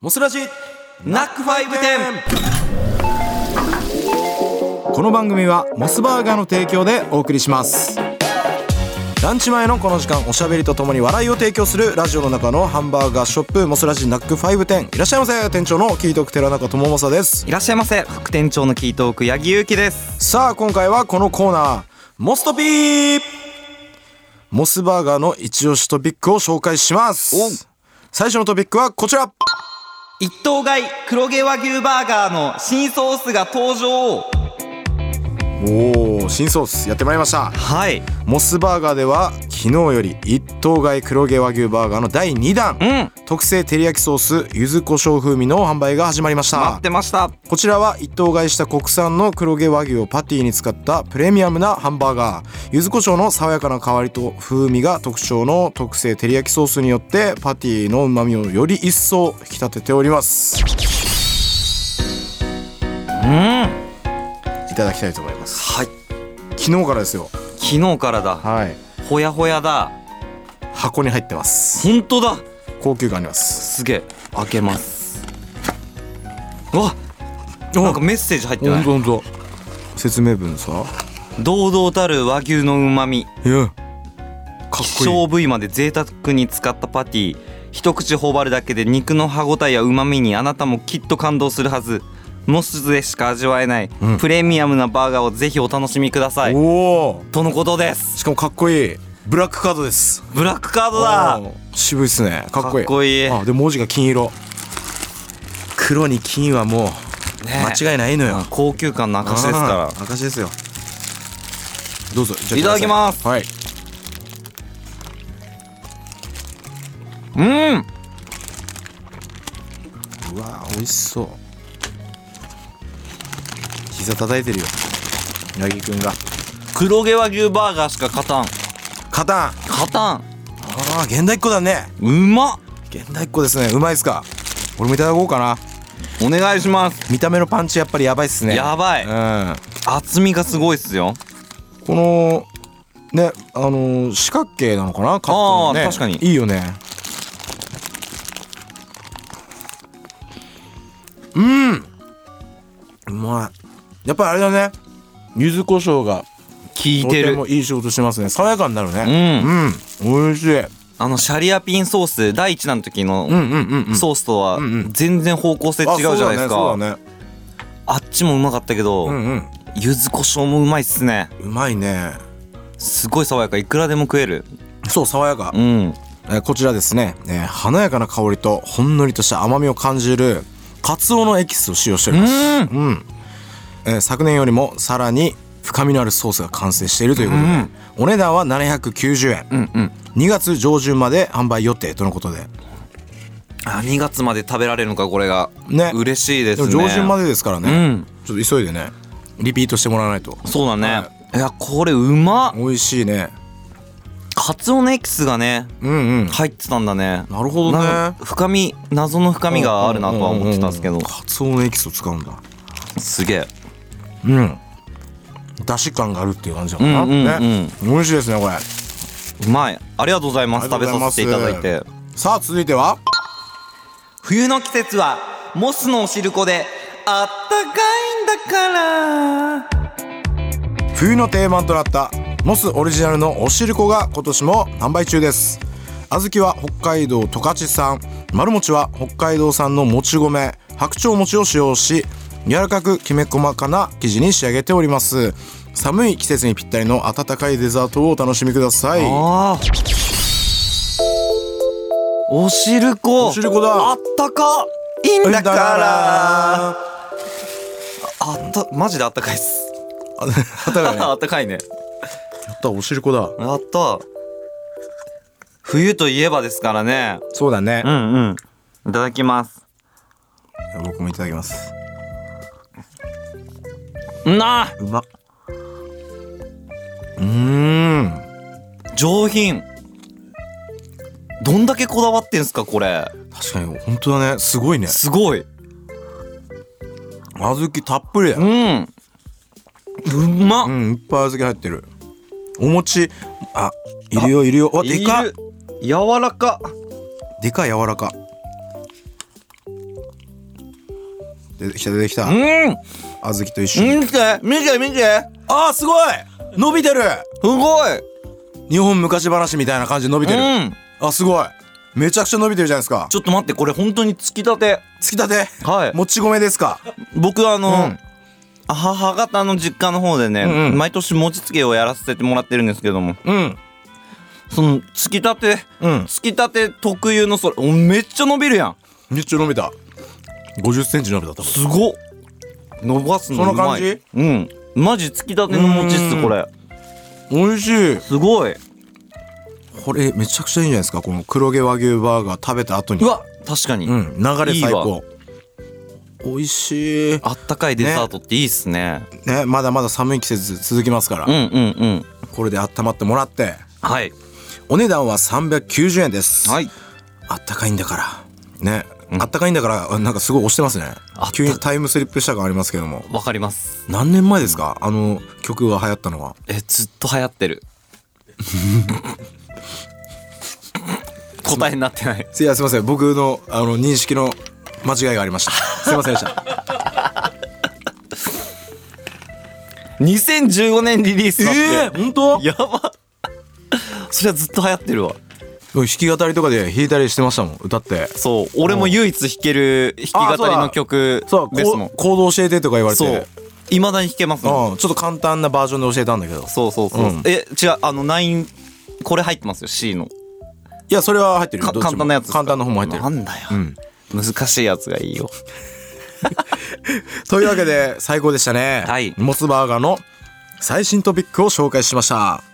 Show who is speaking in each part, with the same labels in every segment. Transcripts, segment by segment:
Speaker 1: モスラジナックファイブ店この番組はモスバーガーの提供でお送りしますランチ前のこの時間おしゃべりとともに笑いを提供するラジオの中のハンバーガーショップモスラジナックファイブ店いらっしゃいませ店長のキートク寺中智正です
Speaker 2: いらっしゃいませ副店長のキートーク八木ゆうきです
Speaker 1: さあ今回はこのコーナーモストピーモスバーガーの一押しトピックを紹介します最初のトピックはこちら
Speaker 2: 一頭買い黒毛和牛バーガーの新ソースが登場
Speaker 1: おお新ソースやってまいりました
Speaker 2: はい
Speaker 1: モスバーガーでは昨日より一頭買い黒毛和牛バーガーの第2弾、
Speaker 2: うん
Speaker 1: 特製照り焼きソース柚子胡椒風味の販売が始まりまし
Speaker 2: 待
Speaker 1: た
Speaker 2: ってました
Speaker 1: こちらは一頭買いした国産の黒毛和牛をパティに使ったプレミアムなハンバーガー柚子胡椒の爽やかな香りと風味が特徴の特製照り焼きソースによってパティの旨味をより一層引き立てております
Speaker 2: うんはい
Speaker 1: いただきたいと思います昨日からですよ
Speaker 2: 昨日からだ
Speaker 1: はい
Speaker 2: ほやほやだ
Speaker 1: 箱に入ってます
Speaker 2: 本当だ
Speaker 1: 高級感あります
Speaker 2: すげえ開けますうわなんかメッセージ入ってない
Speaker 1: ほんと説明文さ
Speaker 2: 堂々たる和牛の旨味
Speaker 1: いやか
Speaker 2: 希少部位まで贅沢に使ったパティ一口頬張るだけで肉の歯ごたえやうまみにあなたもきっと感動するはずモスでしか味わえない、
Speaker 1: うん
Speaker 2: プレミアムなバーガーをぜひお楽しみください
Speaker 1: おお
Speaker 2: とのことです
Speaker 1: しかもかっこいいブラックカードです
Speaker 2: ブラックカードだ
Speaker 1: おー渋いっすねかっこいい
Speaker 2: かっこいい
Speaker 1: あで文字が金色黒に金はもう
Speaker 2: ねえ
Speaker 1: 間違いないのよ、
Speaker 2: 高級感の証です
Speaker 1: あ
Speaker 2: か
Speaker 1: ー証ですよどうぞじゃあ
Speaker 2: いただきます
Speaker 1: はい
Speaker 2: らうん
Speaker 1: うわー美味しそう膝叩いてるよ八木くんが
Speaker 2: 黒毛和牛バーガーしか勝たん
Speaker 1: カタン
Speaker 2: 勝たん
Speaker 1: ああ現代っ子だね
Speaker 2: うまっ
Speaker 1: 現代っ子ですねうまいっすか俺もいただこうかな
Speaker 2: お願いします
Speaker 1: 見た目のパンチやっぱりやばいっすね
Speaker 2: やばい
Speaker 1: うん
Speaker 2: 厚みがすごいっすよ
Speaker 1: このねあのー四角形なのかなカットのね
Speaker 2: あー確かに
Speaker 1: いいよねうんうまいやっぱりあれだね柚子胡椒が
Speaker 2: 効い
Speaker 1: とて
Speaker 2: てる
Speaker 1: もいい仕事してますね爽やかになるね
Speaker 2: うん
Speaker 1: うん、美味しい
Speaker 2: あのシャリアピンソース第一弾の時の
Speaker 1: うんうんうんうん
Speaker 2: ソースとは
Speaker 1: うんうん
Speaker 2: 全然方向性違うじゃないですか、
Speaker 1: あ
Speaker 2: あ
Speaker 1: そうだね
Speaker 2: っちもうまかったけど、
Speaker 1: そうだねうんうん
Speaker 2: 柚子胡椒もうまいっすね
Speaker 1: うまいね
Speaker 2: すごい爽やかいくらでも食える
Speaker 1: そう爽やか
Speaker 2: うん
Speaker 1: えーこちらですね、えー華やかな香りとほんのりとした甘みを感じるカツオのエキスを使用しております、
Speaker 2: ん
Speaker 1: うんえー昨年よりもさらに深みのあるソースが完成しているということで、お値段は790円、
Speaker 2: うんうん
Speaker 1: 2月上旬まで販売予定とのことで
Speaker 2: あ2月まで食べられるのかこれが
Speaker 1: ね
Speaker 2: 嬉しいで
Speaker 1: ですも
Speaker 2: ね
Speaker 1: 上旬ま
Speaker 2: で
Speaker 1: でですからね、
Speaker 2: うん
Speaker 1: ちょっと急いでねリピートしてもらわないと
Speaker 2: そうだね、い、やこれうまっ
Speaker 1: 美味しいね
Speaker 2: カツオのエキスがね
Speaker 1: うんうん
Speaker 2: 入ってたんだね
Speaker 1: なるほど
Speaker 2: なん
Speaker 1: ね
Speaker 2: か深み謎の深みがあるなとは思ってたんですけ
Speaker 1: う
Speaker 2: ど
Speaker 1: うううんカツオのエキスを使うんだ
Speaker 2: すげえ
Speaker 1: うん出汁感があるっていう感じだ
Speaker 2: う
Speaker 1: か
Speaker 2: ん
Speaker 1: な、
Speaker 2: うんうん、
Speaker 1: ね美味しいですねこれ
Speaker 2: うまいありがとうございます
Speaker 1: あ
Speaker 2: 食
Speaker 1: り
Speaker 2: べ
Speaker 1: がとうござい
Speaker 2: さ
Speaker 1: ま
Speaker 2: せ
Speaker 1: す
Speaker 2: ていただいて
Speaker 1: さあ続いては
Speaker 2: 冬の季節はモスのおしるこであったかいんだから
Speaker 1: 冬の定番となったモスオリジナルのおしるこが今年も販売中です小豆は北海道十勝産丸餅は北海道産のもち米白鳥餅を使用し柔らかくきめ細かな生地に仕上げております寒い季節にぴったりの温かいデザートをお楽しみください
Speaker 2: ああおしるこ
Speaker 1: おしるこだ
Speaker 2: あったかいんだからあったマジであったかいっす
Speaker 1: ああったかいねや
Speaker 2: あったかいね
Speaker 1: ったおしるこだ
Speaker 2: あった冬といえばですからね
Speaker 1: そうだね
Speaker 2: んうんいただきます
Speaker 1: 僕もいただきます
Speaker 2: うんなあ
Speaker 1: うまっうーん
Speaker 2: 上品どんだけこだわってんすかこれ
Speaker 1: 確かに本当だねすごいね
Speaker 2: すごい
Speaker 1: 小豆たっぷりだよ
Speaker 2: うんうまっ
Speaker 1: うんいっぱい小豆入ってるお餅あいるよいるよわでかっ
Speaker 2: いる柔らか
Speaker 1: でかい柔らか出てきた出てきた
Speaker 2: うん
Speaker 1: 小豆と一緒に
Speaker 2: 見て見て見て
Speaker 1: あーすごい伸びてる
Speaker 2: すごい
Speaker 1: 日本昔話みたいな感じで伸びてる
Speaker 2: うん
Speaker 1: あすごいめちゃくちゃ伸びてるじゃないですか
Speaker 2: ちょっと待ってこれ本当に突き立て
Speaker 1: 突き立て
Speaker 2: はい
Speaker 1: もち米ですか
Speaker 2: 僕あ
Speaker 1: う
Speaker 2: の、
Speaker 1: ん
Speaker 2: 母方の実家の方でね、
Speaker 1: うんうん
Speaker 2: 毎年餅つけをやらせてもらってるんですけども
Speaker 1: うん
Speaker 2: そのつきたて
Speaker 1: うん
Speaker 2: つきたて特有のそれおめっちゃ伸びるやん
Speaker 1: めっちゃ伸びた50センチ伸びた多分
Speaker 2: すごっ伸ばすのうま
Speaker 1: そ
Speaker 2: い
Speaker 1: の感じ
Speaker 2: うんマジつきたての餅っす
Speaker 1: うん
Speaker 2: これ
Speaker 1: 美味しい
Speaker 2: すごい
Speaker 1: これめちゃくちゃいいんじゃないですかこの黒毛和牛バーガー食べた後に
Speaker 2: うわ確かに、
Speaker 1: うん流れ
Speaker 2: いいわ
Speaker 1: 最高美味しい
Speaker 2: あったかいデザートっていいっすね
Speaker 1: ねまだまだ寒い季節続きますから、
Speaker 2: うんうんうん
Speaker 1: これで温まってもらって
Speaker 2: はい
Speaker 1: お値段は390円です、
Speaker 2: はい
Speaker 1: あったかいんだからね、あったかいんだからなんかすごい押してますね
Speaker 2: あった
Speaker 1: 急にタイムスリップした感ありますけども
Speaker 2: わかります
Speaker 1: 何年前ですかあの曲が流行ったのは
Speaker 2: えずっと流行ってる 答えになってない
Speaker 1: いやすいません僕のあの認識の間違いがありましたすいませんでした
Speaker 2: 2015年リリースだって、
Speaker 1: 本当
Speaker 2: やばそれはずっと流行ってるわ
Speaker 1: 弾き語りとかで弾いたりしてましたもん歌って
Speaker 2: そう俺も唯一弾ける弾き語りの曲
Speaker 1: そうこ
Speaker 2: ですもん
Speaker 1: うコード教えてとか言われて
Speaker 2: そういまだに弾けますもん
Speaker 1: うん、ちょっと簡単なバージョンで教えたんだけど
Speaker 2: そうそうそう、
Speaker 1: うん
Speaker 2: え違うあの9これ入ってますよ C の
Speaker 1: いやそれは入ってるよ
Speaker 2: か
Speaker 1: どっちも
Speaker 2: 簡単なやつですか
Speaker 1: 簡単な方も入ってる
Speaker 2: なんだよ、
Speaker 1: うん
Speaker 2: 難しいやつがいいよ
Speaker 1: というわけで最高でしたね
Speaker 2: はい
Speaker 1: モスバーガーの最新トピックを紹介しました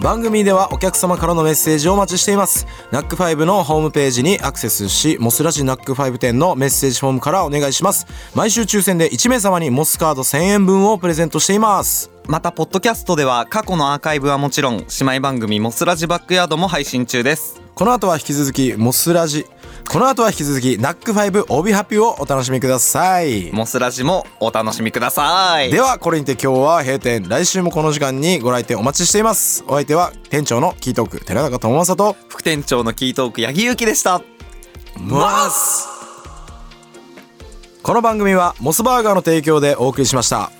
Speaker 1: 番組ではお客様からのメッセージをお待ちしていますナックファイブのホームページにアクセスしモスラジナックファイブ店のメッセージフォームからお願いします毎週抽選で1名様にモスカード1000円分をプレゼントしています
Speaker 2: またポッドキャストでは過去のアーカイブはもちろん姉妹番組「モスラジバックヤード」も配信中です
Speaker 1: この後は引き続きモスラジこの後は引き続きナックファイブ帯ハッピーをお楽しみください
Speaker 2: モスラジもお楽しみください
Speaker 1: ではこれにて今日は閉店来週もこの時間にご来店お待ちしていますお相手は店長のキートーク寺中智正と
Speaker 2: 副店長のキートーク八木ゆきでした
Speaker 1: ますこの番組はモスバーガーの提供でお送りしました